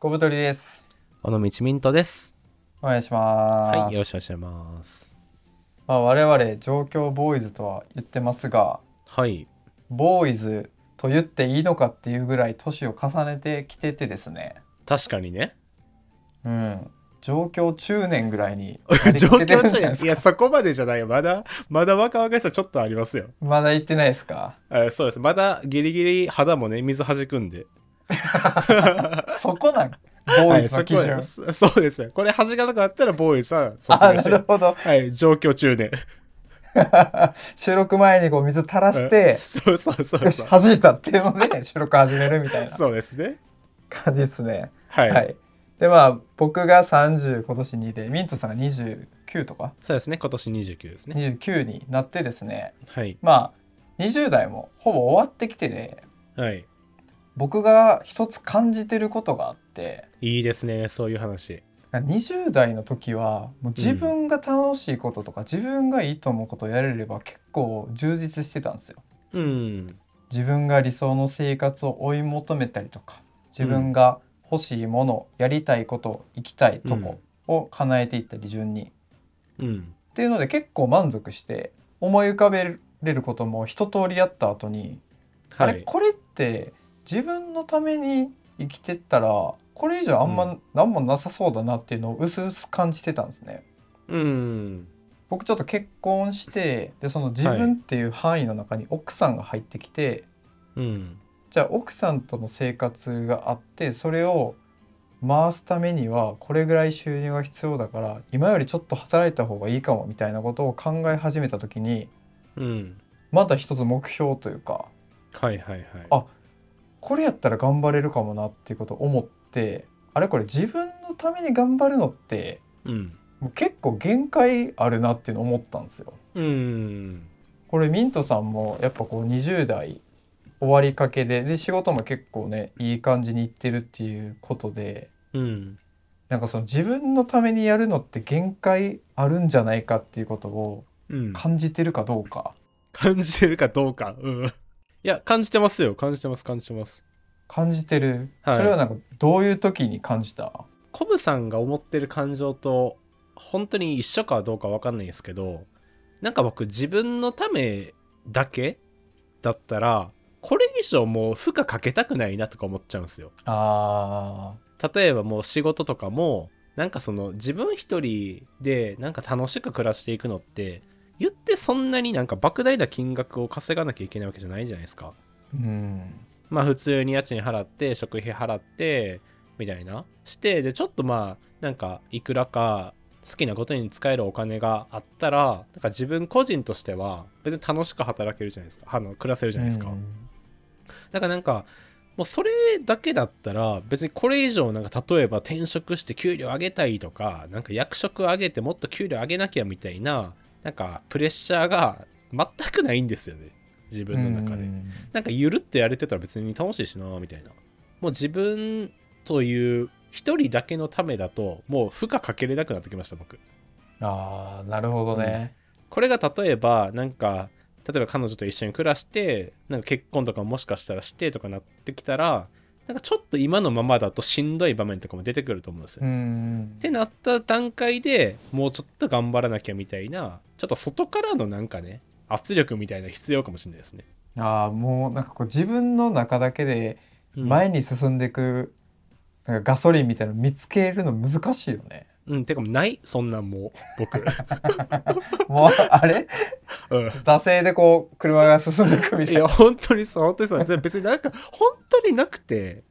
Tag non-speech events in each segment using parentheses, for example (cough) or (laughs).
小太りです。尾道ミントです。お願いします。はい、よろしくお願いします。まあ、我々状況ボーイズとは言ってますが、はい、ボーイズと言っていいのかっていうぐらい年を重ねてきててですね。確か (laughs) にね。うん。状況中年ぐらい (laughs) になりきててるんじゃないですか。や、そこまでじゃないよ。まだ、まだ若々しさちょっとありますよ。まだ言ってないですか。あそうです。まだギリギリ肌もね、水弾くんで。そこなん。ボはーイい、ズのそ基こ準。はそ (laughs) そうですよ。これ弾かなかったら、ボーイさん、卒あ、業なしてる。ほど。はい、上京中年。 (laughs) 収録前にこう水垂らして、 (laughs) そうそうそようし、そう。弾いたっていうので収録始めるみたいなそうですね。感じですね。はい。はい。でまあ僕が30今年にでミントさんが29とかそうですね。今年29ですね。 29になってですねはい。まあ20代もほぼ終わってきてねはい。僕が一つ感じてることがあっていいですね。そういう話。 20代の時はもう自分が楽しいこととか、自分がいいと思うことをやれれば結構充実してたんですよ。うん。自分が理想の生活を追い求めたりとか自分が欲しいものやりたいこと行きたいとこを叶えていったり順にうん。っていうので結構満足して思い浮かべれることも一通りやった後に、はあれい。これって自分のために生きてったらこれ以上あんうま何もなさそうだなっていうのを薄々感じてたんですね。うん。僕ちょっと結婚してでその自はい分っていう範囲の中に奥さんが入ってきて、うん。じゃあ奥さんとの生活があってそれを回すためにはこれぐらい収入が必要だから今よりちょっと働いた方がいいかもみたいなことを考え始めた時にうん。まだ一つ目標というかはいはいはい。あこれやったら頑張れるかもなっていうことを思ってあれこれ自分のために頑張るのってうん。もう結構限界あるなっていうのを思ったんですよ。うん。これミントさんもやっぱこう20代終わりかけでで仕事も結構ねいい感じにいってるっていうことでうん。なんかその自分のためにやるのって限界あるんじゃないかっていうことをうん、感じてるかどうか感じてるかどうか。うん。いや、感じてますよ。感じてます、感じてます。感じてる、はいそれはなんかどういう時に感じたコブさんが思ってる感情と、本当に一緒かどうかわかんないですけど、なんか僕、自分のためだけだったら、これ以上もう負荷かけたくないなとか思っちゃうんですよ。あ例えばもう仕事とかもなんかその自分一人でなんか楽しく暮らしていくのって言ってそんなになんか莫大な金額を稼がなきゃいけないわけじゃないじゃないですかーうんまあ普通に家賃払って食費払ってみたいなしてでちょっとまあなんかいくらか好きなことに使えるお金があったらなんか自分個人としては別に楽しく働けるじゃないですかあの暮らせるじゃないですか、うんだからなんかもうそれだけだったら別にこれ以上なんか例えば転職して給料上げたいとかなんか役職上げてもっと給料上げなきゃみたいななんかプレッシャーが全くないんですよね自分の中でうんなんかゆるっとやれてたら別に楽しいしなみたいなもう自分という一人だけのためだともう負荷かけれなくなってきました僕ああなるほどね、これが例えばなんか例えば彼女と一緒に暮らしてなんか結婚とかもしかしたらしてとかなってきたらなんかちょっと今のままだとしんどい場面とかも出てくると思うんですよ。うっん、てなった段階でもうちょっと頑張らなきゃみたいなちょっと外からのなんかね圧力みたいな必要かもしれないですね。ああもうなんかこう自分の中だけでうん前に進んでいく、なんかガソリンみたいなの見つけるの難しいよね。 (laughs) うん、てかもうないそんなんもう僕、 (laughs) うもうあれん、惰性でこう車が進んでいくみた (laughs) いいな。や本当にそう本当にそうで別になんか本当になくて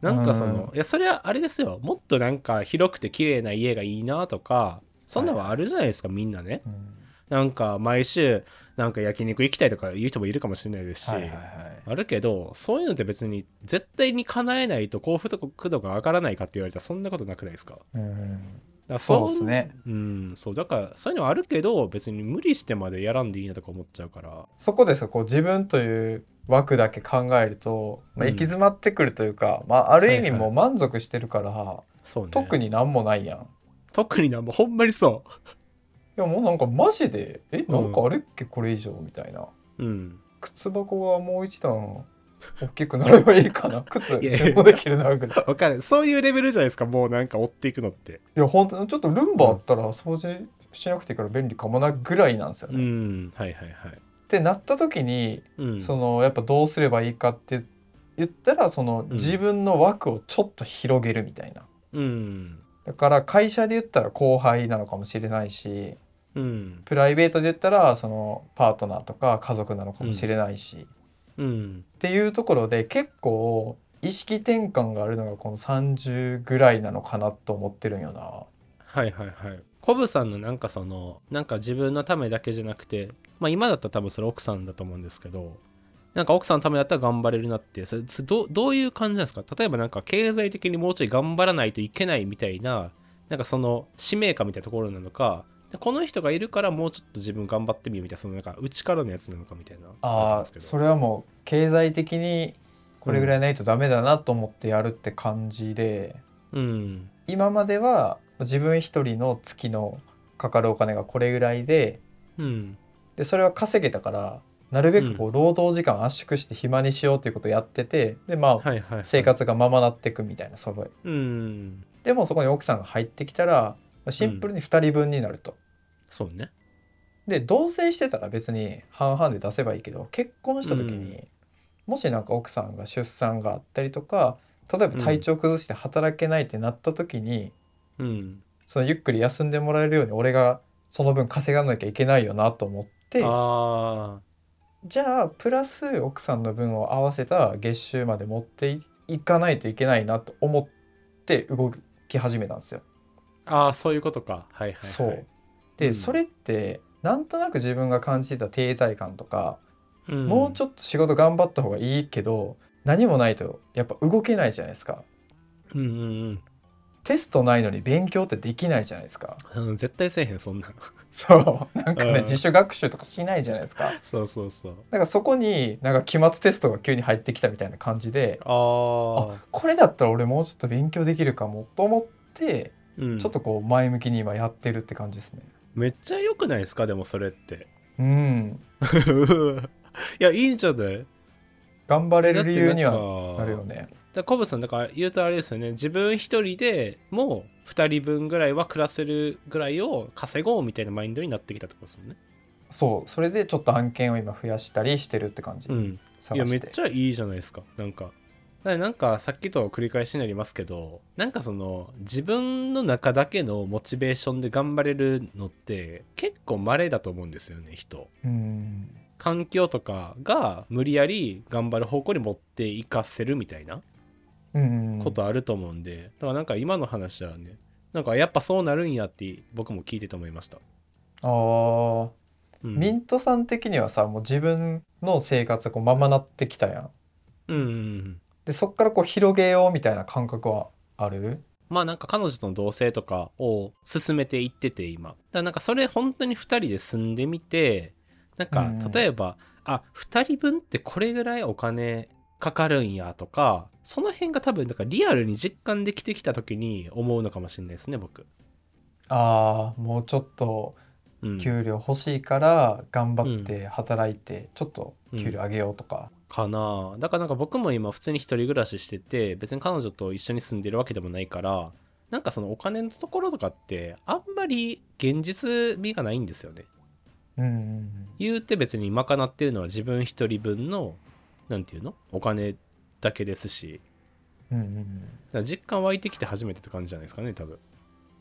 なんかその、いやそれはあれですよもっとなんか広くて綺麗な家がいいなとかそんなのはあるじゃないですか、みんなねうんなんか毎週なんか焼肉行きたいとか言う人もいるかもしれないですし、はいはいはいあるけどそういうのって別に絶対に叶えないと幸福度が上がらないかって言われたらそんなことなくないですかだうん、からそそんうですねうんそうだからそういうのはあるけど別に無理してまでやらんでいいなとか思っちゃうからそこですよこう自分という枠だけ考えると、まあ、うん行き詰まってくるというか、まあ、ある意味はいはいもう満足してるから、そうね特になんもないやん。特になもうほんまにそうでももうなんかマジでえなんかあれっけこれ以上みたいなうん。靴箱がもう一段大きくなればいいか (laughs) な靴いやいや収いや納できるなぐらいわかるそういうレベルじゃないですかもうなんか追っていくのっていや本当にちょっとルンバあったら掃除しなくていいから便利かもなぐらいなんですよね。うっんはいはいはいてなった時に、うんそのやっぱどうすればいいかって言ったらそのん自分の枠をちょっと広げるみたいな。うんだから会社で言ったら後輩なのかもしれないしうんプライベートで言ったらそのパートナーとか家族なのかもしれないし、っうんていうところで結構意識転換があるのがこの30ぐらいなのかなと思ってるんよな。はいはいはいコブさんのなんかそのなんか自分のためだけじゃなくてまあ今だったら多分それ奥さんだと思うんですけどなんか奥さんのためだったら頑張れるなってそれそれどうどういう感じなんですか例えばなんか経済的にもうちょい頑張らないといけないみたいななんかその使命感みたいなところなのかでこの人がいるからもうちょっと自分頑張ってみようみたいなそのなんか内からのやつなのかみたいなああわかんないですけそどれはもう経済的にこれぐらいないとダメだなと思ってやるって感じで、うん今までは自分一人の月のかかるお金がこれぐらいでうんでそれは稼げたからなるべくこう労働時間圧縮して暇にしようっていうことをやっててでまあはいはいはい生活がままなっていくみたいなそれうんでもそこに奥さんが入ってきたらシンプルに2人分になると。そうねで同棲してたら別に半々で出せばいいけど結婚した時に、もしなんか奥さんが出産があったりとか例えば体調崩して働けないってなった時に、うんそのゆっくり休んでもらえるように俺がその分稼がなきゃいけないよなと思ってああじゃあプラス奥さんの分を合わせた月収まで持っていいかないといけないなと思って動き始めたんですよ。ああそういうことかはいはい、はい、そうで、うんそれってなんとなく自分が感じてた停滞感とかももうちょっと仕事頑張った方がいいけど何もないとやっぱ動けないじゃないですかうんうんテストないのに勉強ってできないじゃないですかうん、絶対せえへんそんなん (laughs) そうなんかね、うん自主学習とかしないじゃないですかそうそうそうだからそこになんか期末テストが急に入ってきたみたいな感じでああこれだったら俺もうちょっと勉強できるかもと思ってうんちょっとこう前向きに今やってるって感じですねめっちゃ良くないですかでもそれって (laughs) うんいやいいんじゃない頑張れる理由にははなるよねだからコブさんだから言うとあれですよね自分一人でもう2人分ぐらいは暮らせるぐらいを稼ごうみたいなマインドになってきたってことですもんねそうそれでちょっと案件を今増やしたりしてるって感じ、うん探していやめっちゃいいじゃないですかなんかだからなんかさっきと繰り返しになりますけどなんかその自分の中だけのモチベーションで頑張れるのって結構稀だと思うんですよね人うん環境とかが無理やり頑張る方向に持っていかせるみたいなうんことあると思うんで、だからなんか今の話はねなんかやっぱそうなるんやって僕も聞いてて思いました、あーうん、ミントさん的にはさもう自分の生活こうままなってきたやんうんうんうんでそっからこう広げようみたいな感覚はあるまあなんか彼女との同棲とかを進めていってて今だからなんかそれ本当に2人で住んでみてなんうかん例えば、あ2人分ってこれぐらいお金かかるんやとかその辺が多分なんかリアルに実感できてきた時に思うのかもしれないですね僕、あーもうちょっとうん、給料欲しいから頑張って働いてちょっと給料上げようとか、かなだからなんか僕も今普通に一人暮らししてて別に彼女と一緒に住んでるわけでもないからなんかそのお金のところとかってあんまり現実味がないんですよねうんうん言うて別に賄ってるのは自分一人分のなんていうのお金だけですしうんうんうんだから実感湧いてきて初めてって感じじゃないですかね多分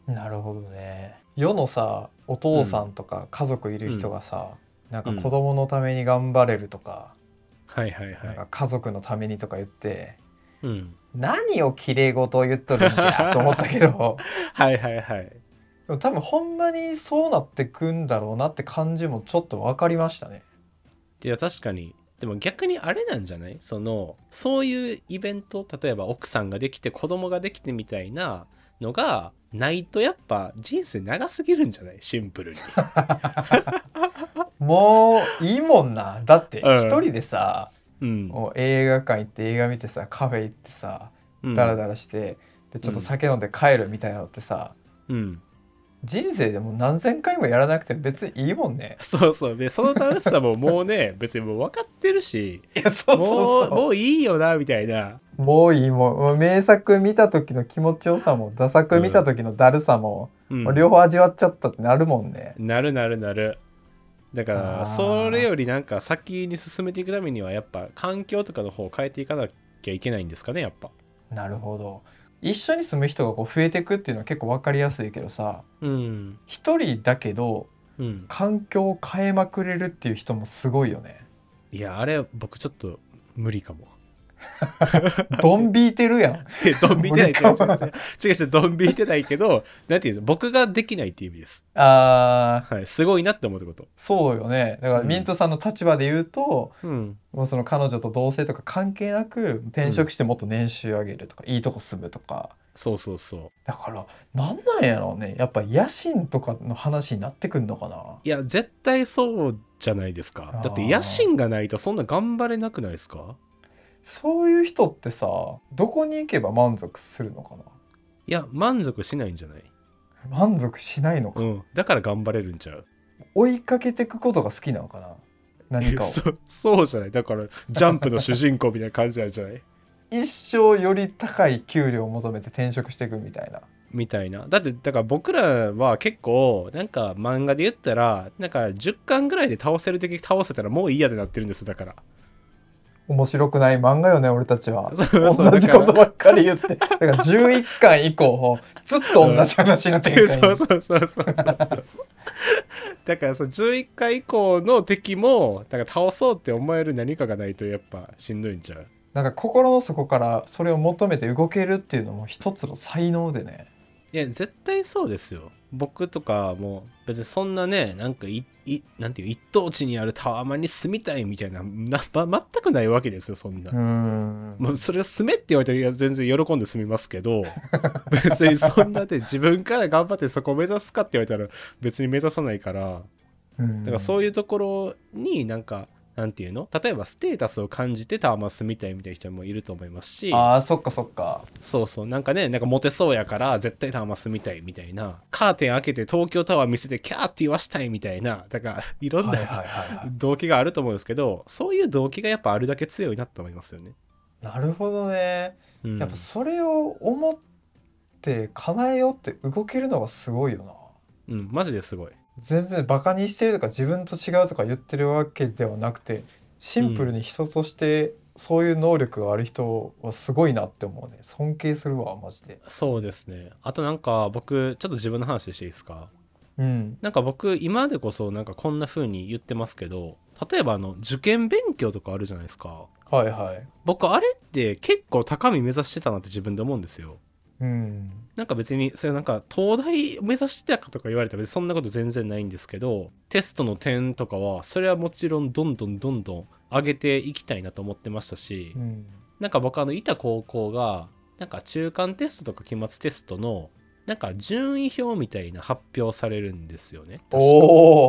うんなるほどね世のさお父さんとか家族いる人がさ、なんか子供のために頑張れるとか,、はいはいはなんいか家族のためにとか言ってうん何をきれい事を言っとるんじゃと思ったけど (laughs) はいはいはいでも多分ほんまにそうなってくんだろうなって感じもちょっと分かりましたね。いや確かにでも逆にあれなんじゃないそのそういうイベント例えば奥さんができて子供ができてみたいなのがないとやっぱ人生長すぎるんじゃないシンプル (laughs) にもういいもんなだってうん一人でさ、うんもう映画館行って映画見てさカフェ行ってさうんダラダラして、でちょっと酒飲んで帰るみたいなのってさ、うん人生でも何千回もやらなくても別にいいもんね。そうそうでその楽しさももうね (laughs) 別にもう分かってるしいやそうもそうそうう。ももういいよなみたいなういいもんもう。名作見た時の気持ちよさも、ダ作見た時のだるさも、うんもう両方味わっちゃったってなるもんね。なるなるなるだかあーらそれよりなんか先に進めていくためにはやっぱ環境とかの方を変えていかなきゃいけないんですかねやっぱなるほど。一緒に住む人がこう増えていくっていうのは結構わかりやすいけどさ、うん一人だけどうん環境を変えまくれるっていう人もすごいよ (laughs) ね。いやあれ僕ちょっと無理かも (laughs) ドン引いてるやん。えドン引い (laughs) てない違う違無理う違う違う違うドン引いてないけどなんていうの僕ができないっていう意味です、あーはい、すごいなって思ったことそうよね。だからうんミントさんの立場で言うと、うんもうその彼女と同棲とか関係なく転職してもっと年収上げるとか、いいとこ住むとか。そうそうそうだからなんなんやろうね。やっぱ野心とかの話になってくんのかな。いや絶対そうじゃないですかだって野心がないとそんな頑張れなくないですかそういう人ってさ、どこに行けば満足するのかな。いや満足しないんじゃない満足しないのか、うん、だから頑張れるんちゃう追いかけてくことが好きなのかな何かをそそうじゃないだからジャンプの主人公みたいな感じなんじ (laughs) ゃない一生より高い給料を求めて転職していくみたいなみたいなだってだから僕らは結構なんか漫画で言ったらなんか10巻ぐらいで倒せる敵倒せたらもういいやってなってるんですよだから面白くない漫画よね俺たちはそうそう同じだかこらとばっかり言ってだから11巻以降ずっと同じ話の展開に (laughs) そうそうそうそうそうそうそうだからその11回以降の敵もだから倒そうって思える何かがないとやっぱしんどいんちゃうなんか心の底からそれを求めて動けるっていうのも一つの才能でねいや絶対そうですよ僕とかも別にそんなねなんかいいなんていう一等地にあるタワマンに住みたいみたいなな、ま、全くないわけですよそんな、うーんもうそれを住めって言われたらいや全然喜んで住みますけど別にそんなで自分から頑張ってそこを目指すかって言われたら別に目指さないからうんだからそういうところになんかなんていうの例えばステータスを感じてタワマン住みたいみたいな人もいると思いますしあーそっかそっかそうそうなんかねなんかモテそうやから絶対タワマスみたいみたいなカーテン開けて東京タワー見せてキャーって言わしたいみたいなだから (laughs) いろんはいはいなはい、はい、動機があると思うんですけどそういう動機がやっぱあるだけ強いなと思いますよね。なるほどねうん、やっぱそれを思って叶えようって動けるのがすごいよな。うん、マジですごい。全然バカにしてるとか自分と違うとか言ってるわけではなくてシンプルに人としてそういう能力がある人はすごいなって思うね尊敬するわマジで。そうですね。あとなんか僕ちょっと自分の話していいですかうん、なんか僕今までこそなんかこんな風に言ってますけど例えばあの受験勉強とかあるじゃないですかはいはい。僕あれって結構高み目指してたなって自分で思うんですよ。うん、なんか別にそれなんか東大目指してたかとか言われたら別にそんなこと全然ないんですけどテストの点とかはそれはもちろんどんどんどんどん上げていきたいなと思ってましたしうん、なんか僕あのいた高校がなんか中間テストとか期末テストのなんか順位表みたいな発表されるんですよね。お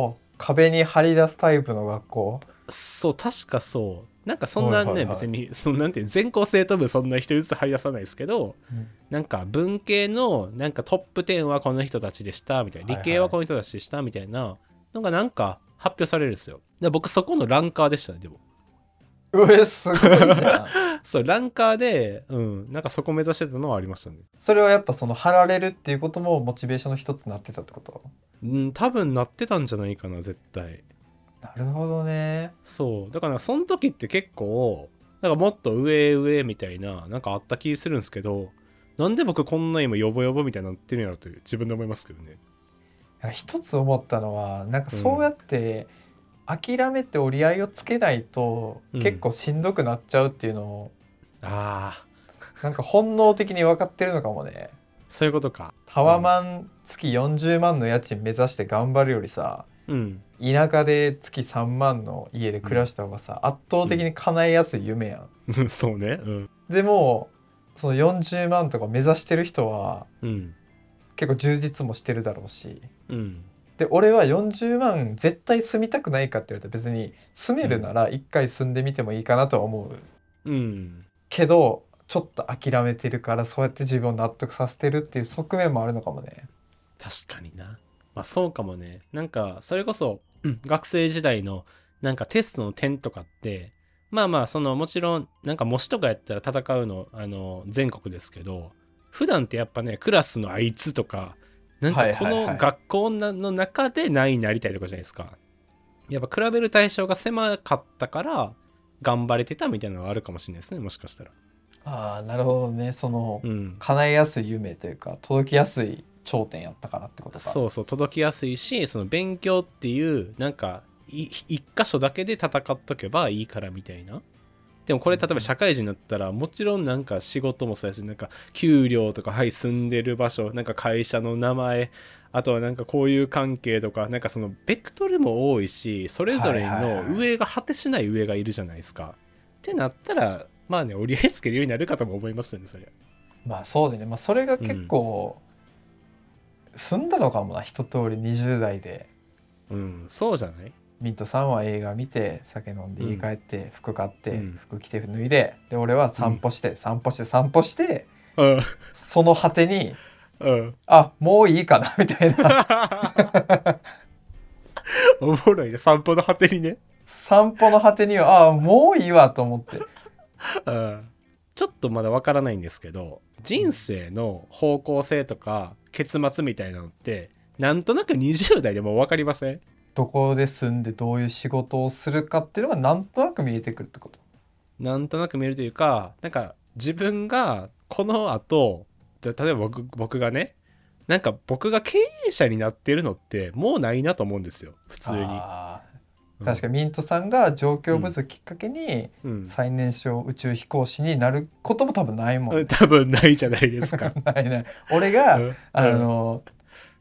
お壁に張り出すタイプの学校そう確かそうなんかそんなはいね、はいはい別にそのなんていう全校生徒部そんな一人ずつ張り出さないですけど、うんなんか文系のなんかトップ10はこの人たちでしたみたいはいなは理い系はこの人たちでしたみたいなのがなんか発表されるんですよで僕そこのランカーでしたねでもうえすごいじゃんそうランカーでうんなんかそこ目指してたのはありましたねそれはやっぱその張られるっていうこともモチベーションの一つになってたってことうん多分なってたんじゃないかな絶対なるほどねそうだからその時って結構なんかもっと上へ上へみたいななんかあった気するんですけどなんで僕こんな今ヨボヨボみたいになってるんやろという自分で思いますけどねなんか一つ思ったのはなんかそうやって諦めて折り合いをつけないとうん結構しんどくなっちゃうっていうのをああなんか本能的に分かってるのかもね。そういうことかタワマン月40万の家賃目指して頑張るよりさうん (laughs) 田舎で月3万の家で暮らした方がさ圧倒的に叶えやすい夢やん。うんそうねうんでもその40万とか目指してる人はうん結構充実もしてるだろうし。うんで俺は40万絶対住みたくないかって言われたら別に住めるなら一回住んでみてもいいかなとは思ううんけどちょっと諦めてるからそうやって自分を納得させてるっていう側面もあるのかもね確かにな。まあそうかもね。なんか、それこそ、うん学生時代の、なんかテストの点とかって、まあまあ、その、もちろん、なんか模試とかやったら戦うの、あの、全国ですけど、普段ってやっぱね、クラスのあいつとか、なんはかいはいこはいの学校なの中で何位になりたいとかじゃないですか。やっぱ比べる対象が狭かったから、頑張れてたみたいなのはあるかもしれないですね、もしかしたら。ああなるほどねその、うん。叶えやすい夢というか届きやすい頂点やったからってことかそうそう届きやすいしその勉強っていうなんかい一箇所だけで戦っとけばいいからみたいなでもこれ例えば社会人になったらもちろんなんか仕事もそうやしなんか給料とかはい住んでる場所なんか会社の名前あとはなんかこういう関係とかなんかそのベクトルも多いしそれぞれはいはいはのい上が果てしない上がいるじゃないですかってなったらまあね折り合いつけるようになるかとも思いますよねそれまあそうだね、まあ、それが結構、済んだのかもな一通り20代でうんそうじゃないミントさんは映画見て酒飲んでうん家帰って、服買って、うん服着て脱いでで俺は散歩して、散歩して散歩してうんその果てにうんあもういいかなみ (laughs) たいなおもろいね散歩の果てにね、散歩の果てにはあもういいわと思ってうん、ちょっとまだわからないんですけど人生の方向性とか結末みたいなのってなんとなく20代でも分かりませんどこで住んでどういう仕事をするかっていうのがなんとなく見えてくるってこと。なんとなく見えるというかなんか自分がこの後例えば僕僕がねなんか僕が経営者になってるのってもうないなと思うんですよ普通に、あー確かにミントさんが上京部をきっかけに、に、うん最年少宇宙飛行士になることも多分ないもん、うん、多分ないじゃないですか (laughs) ないない俺が、うんあの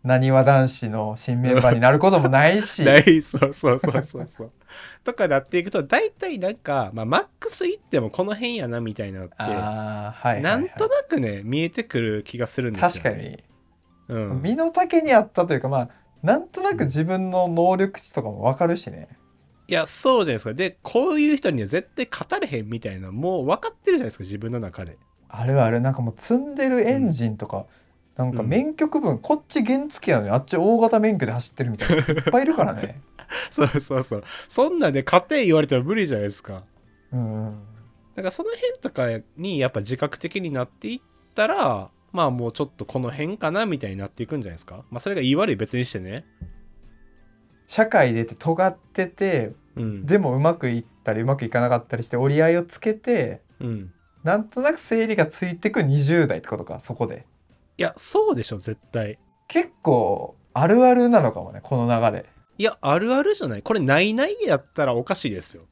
なにわ男子の新メンバーになることもないし (laughs) ないそうそうそうそうそう (laughs) とかなっていくと大体なんか、まあ、マックスいってもこの辺やなみたいなのって、あー、はいはいはい、なんとなくね見えてくる気がするんです確よ、かね、に、確かうん、身の丈に合ったというかまあなんとなく自分の能力値とかも分かるしね、いやそうじゃないですかでこういう人には絶対語れへんみたいなもう分かってるじゃないですか自分の中で (laughs) あるあるなんかもう積んでるエンジンとか、なんか免許区分、こっち原付やのにあっち大型免許で走ってるみた (laughs) いないっぱいいるからねそうそうそうそんなんで勝て言われても無理じゃないですかうんだからその辺とかにやっぱ自覚的になっていったらまあもうちょっとこの辺かなみたいになっていくんじゃないですかまあそれが言い悪い別にしてね社会出て尖っててうんでもうまくいったりうまくいかなかったりして折り合いをつけてうんなんとなく整理がついてく20代ってことかそこでいやそうでしょ絶対結構あるあるなのかもねこの流 (laughs) れいやあるあるじゃないこれないないやったらおかしいですよ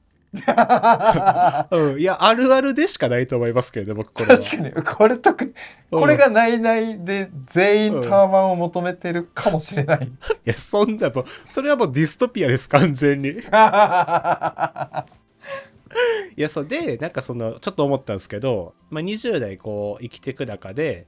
確うんいやあるあるでしかないと思いますけどね僕これはかにこれ特にこれうんがないないで全員タワマンを求めてるかもしれない (laughs) いやそんなもうそれはもうディストピアです完全にいやそうでなんかそのちょっと思ったんですけど、まあ、20代こう生きていく中で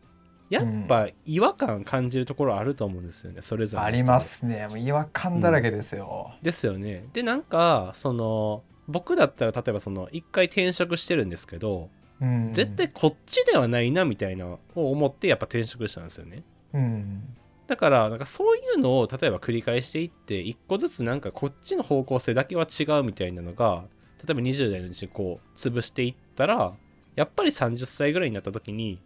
やっぱ違和感感じるところあると思うんですよねそれぞれのあ人りますねもう違和感だらけですよ、ですよねでなんかその僕だったら例えばその一回転職してるんですけどうん、絶対こっちではないなみたいなを思ってやっぱ転職したんですよねうんだからなんかそういうのを例えば繰り返していって一個ずつなんかこっちの方向性だけは違うみたいなのが例えば20代のうちにこう潰していったらやっぱり30歳ぐらいになった時に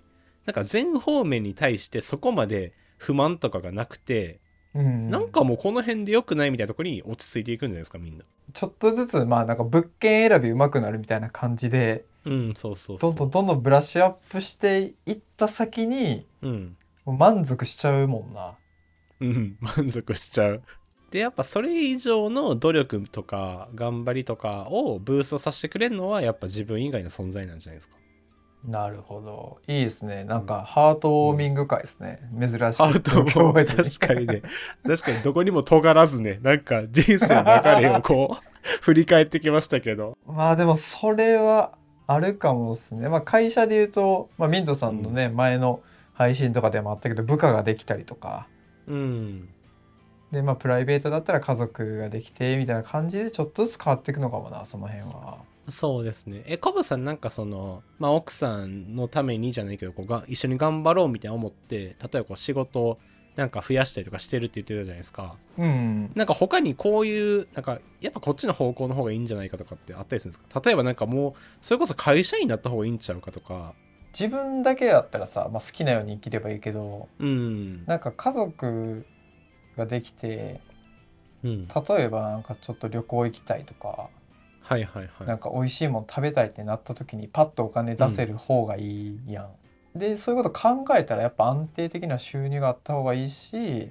なんか全方面に対してそこまで不満とかがなくて、うん、なんかもうこの辺で良くないみたいなところに落ち着いていくんじゃないですかみんなちょっとずつまあなんか物件選び上手くなるみたいな感じでうんそうそうそどどうんんどんどんブラッシュアップしていった先にうんもう満足しちゃうもんなうん、満足しちゃう。でやっぱそれ以上の努力とか頑張りとかをブーストさせてくれるのはやっぱ自分以外の存在なんじゃないですか。なるほどいいですねなんかハートウォーミング会ですね、珍しいあると思う。 (laughs) 確かにね。確かにどこにも尖らずね、なんか人生の流れをこ (laughs) う、振り返ってきましたけど。 (laughs) まあでもそれはあるかもですねまあ会社で言うと、まあ、ミントさんのね、前の配信とかでもあったけど部下ができたりとかうん。でまあプライベートだったら家族ができてみたいな感じでちょっとずつ変わっていくのかもなその辺は。そうですね。え、コブさんなんかその、まあ奥さんのためにじゃないけど、こうが一緒に頑張ろうみたいな思って、例えばこう仕事なんか増やしたりとかしてるって言ってたじゃないですかうんなんか他にこういうなんかやっぱこっちの方向の方がいいんじゃないかとかってあったりするんですか例えばなんかもうそれこそ会社員だった方がいいんちゃうかとか自分だけだったらさ、まあ、好きなように生きればいいけどうんなんか家族ができてうん例えばなんかちょっと旅行行きたいとかはいはいはいなんか美味しいもの食べたいってなった時にパッとお金出せる方がいいやん。でそういうこと考えたらやっぱ安定的な収入があった方がいいし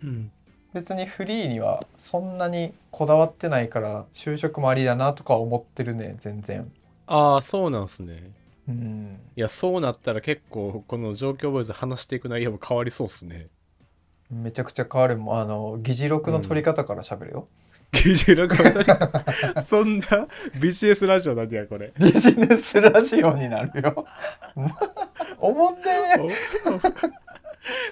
うん別にフリーにはそんなにこだわってないから就職もありだなとか思ってるね全然。ああそうなんすねうんいやそうなったら結構この状況ボーイズ話していく内容も変わりそうっすねめちゃくちゃ変わるもんあの議事録の取り方から喋るよ、 (laughs) 96そんな BCS ラジオなんだよこれビジネスラジオになる (laughs) よおもんねお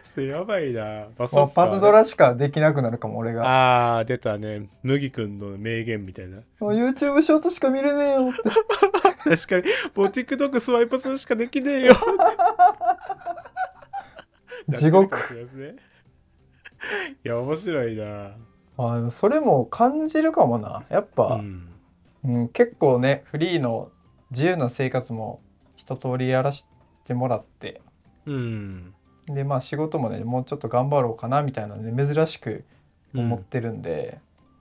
それやばいな、まあもそっうかパズドラしかできなくなるかも俺がああ出たね麦君の名言みたいなもう YouTube ショートしか見れねえよ (laughs) って確かにもう TikTok スワイプするしかできねえよ (laughs) 地獄なってるかもしれないです (laughs) ねいや面白いなあのそれも感じるかもなやっうぱ、んうん結構ねフリーの自由な生活も一通りやらせてもらってうんでまあ仕事もねもうちょっと頑張ろうかなみたいなね珍しく思ってるんで、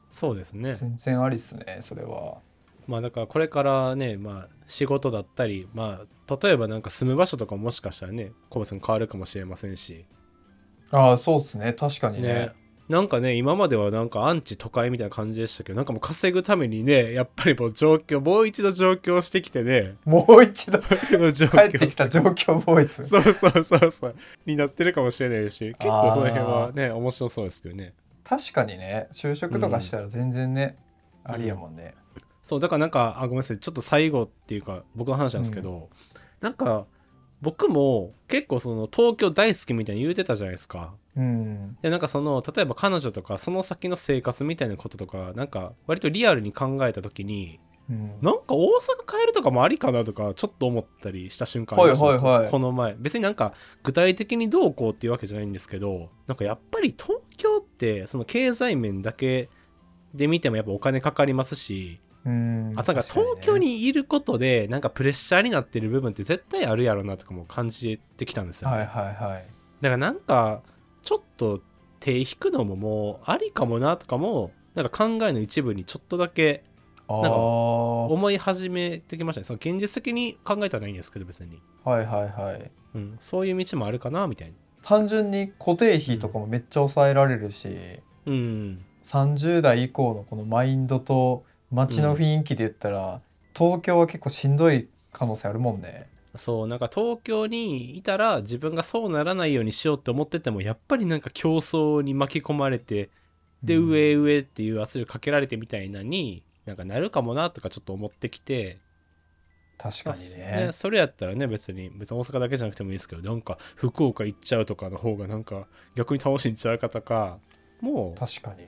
そうですね全然ありっすねそれは。まあだからこれからね、まあ、仕事だったり、まあ、例えばなんか住む場所とかもしかしたらねコバさん変わるかもしれませんしああそうっすね確かにねねなんかね今まではなんかアンチ都会みたいな感じでしたけどなんかもう稼ぐためにねやっぱりもう状況もう一度上京してきてね (laughs) もう一度上帰ってきた状況ボーイズそうそうそうそうになってるかもしれないし結構その辺はね面白そうですけどね確かにね就職とかしたら全然ね、うんありやもんね、そうだからなんかあごめんなさいちょっと最後っていうか僕の話なんですけど、なんか僕も結構その東京大好きみたいに言うてたじゃないですかうん、でなんかその例えば彼女とかその先の生活みたいなこととかなんか割とリアルに考えた時にうん、なんか大阪帰るとかもありかなとかちょっと思ったりした瞬間はいありましたはいはいこの前別になんか具体的にどうこうっていうわけじゃないんですけどなんかやっぱり東京ってその経済面だけで見てもやっぱお金かかりますしうんあとなんか東京にいることでなんかプレッシャーになってる部分って絶対あるやろなとかも感じてきたんですよ、はいはいはいだからなんかちょっと手引くのももうありかもなとかもなんか考えの一部にちょっとだけあんかあは思い始めてきましたねその現実的に考えたらないんですけど別に、いはいはいうん、そういう道もあるかなみたいな単純に固定費とかもめっちゃ抑えられるし、うん30代以降のこのマインドと街の雰囲気で言ったら、東京は結構しんどい可能性あるもんねそうなんか東京にいたら自分がそうならないようにしようって思っててもやっぱりなんか競争に巻き込まれてで、うん上へ上へっていう圧力かけられてみたいなになんかなるかもなとかちょっと思ってきて確まかあにねねそれやったらね別に別に大阪だけじゃなくてもいいですけどなんか福岡行っちゃうとかの方がなんか逆に楽しんちゃうかとかもう確かに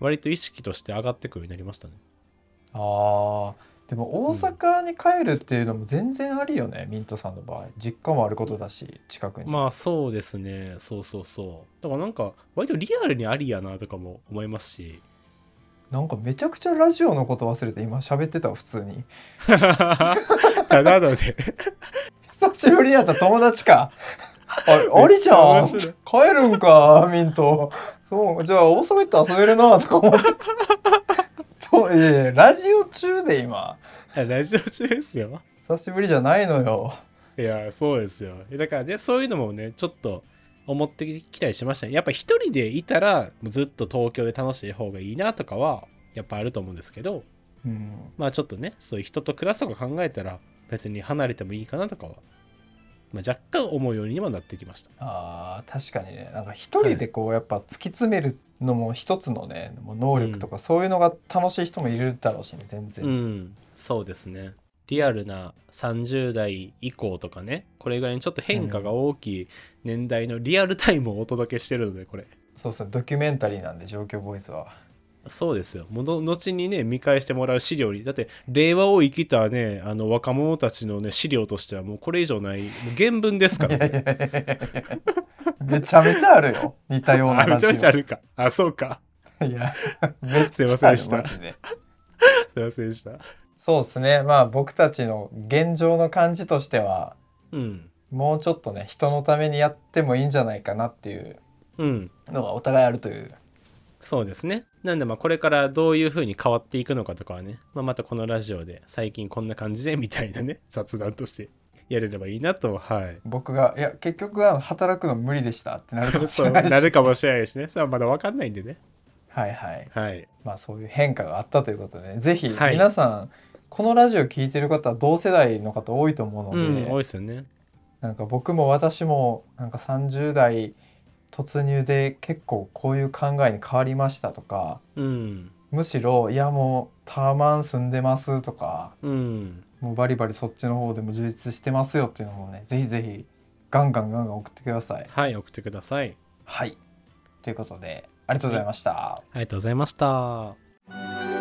割と意識として上がってくるようになりましたねあーでも大阪に帰るっていうのも全然ありよね、ミントさんの場合実家もあることだし近くに、まあそうですねそうそうそうだからなんか割とリアルにありやなとかも思いますしなんかめちゃくちゃラジオのこと忘れて今喋ってたわ普通に (laughs) ただので久しぶりに会った友達 (laughs) かあありじゃめんっちゃ面白い帰るんかミントそうじゃあ大阪行って遊べるなとか思ってそういやいやラジオ中で今ラジオ中ですよ久しぶりじゃないのよいやそうですよだからねそういうのもねちょっと思ってきたりしましたねやっぱ一人でいたらもうずっと東京で楽しい方がいいなとかはやっぱあると思うんですけどうんまあちょっとねそういう人と暮らすとか考えたら別に離れてもいいかなとかは、まあ、若干思うようにはなってきましたあー確かにねなんか一人でこうやっぱ突き詰めるのも一つのね、もう能力とかそういうのが楽しい人もいるだろうしね全然、うん、そうですねリアルな30代以降とかねこれぐらいにちょっと変化が大きい年代のリアルタイムをお届けしてるのでこれ (laughs) そうですねドキュメンタリーなんで状況ボーイズはそうですよ。もうの後にね、見返してもらう資料に、だって、令和を生きたね、あの若者たちのね、資料としては、もうこれ以上ない、もう原文です (laughs) から、いやいね。やいやいやいやめちゃめちゃあるよ似たような (laughs) あ、めちゃめちゃあるるか。あ、そうか。いやめっちゃある (laughs) すいませんでしたマジですいませんでした。そうですねまあ僕たちの現状の感じとしてはうん。もうちょっとね人のためにやってもいいんじゃないかなっていううん。のがお互いあるというそうですね。なんで、まあ、これからどういう風に変わっていくのかとかはね、まあ、またこのラジオで、最近こんな感じで、 (laughs) みたいなね、雑談としてやれればいいなと、はい。僕がいや結局は働くの無理でしたってなるかもし (laughs) そうれないしなるかもしれないしね。さあ、まだわかんないんでね。はいはいはい。まあそういう変化があったということで、ね、ぜひはい皆さん、このラジオ聞いてる方は同世代の方多いと思ううので、ん、多いですよね。なんか僕も私もなんか30代突入で結構こういう考えに変わりましたとかうん。むしろいやもうタワマン住んでますとかうん。もうバリバリそっちの方でも充実してますよっていうのもねぜひぜひガンガンガンガン送ってください。はい、送ってください。はいということでありがとうございました。ありがとうございました。 「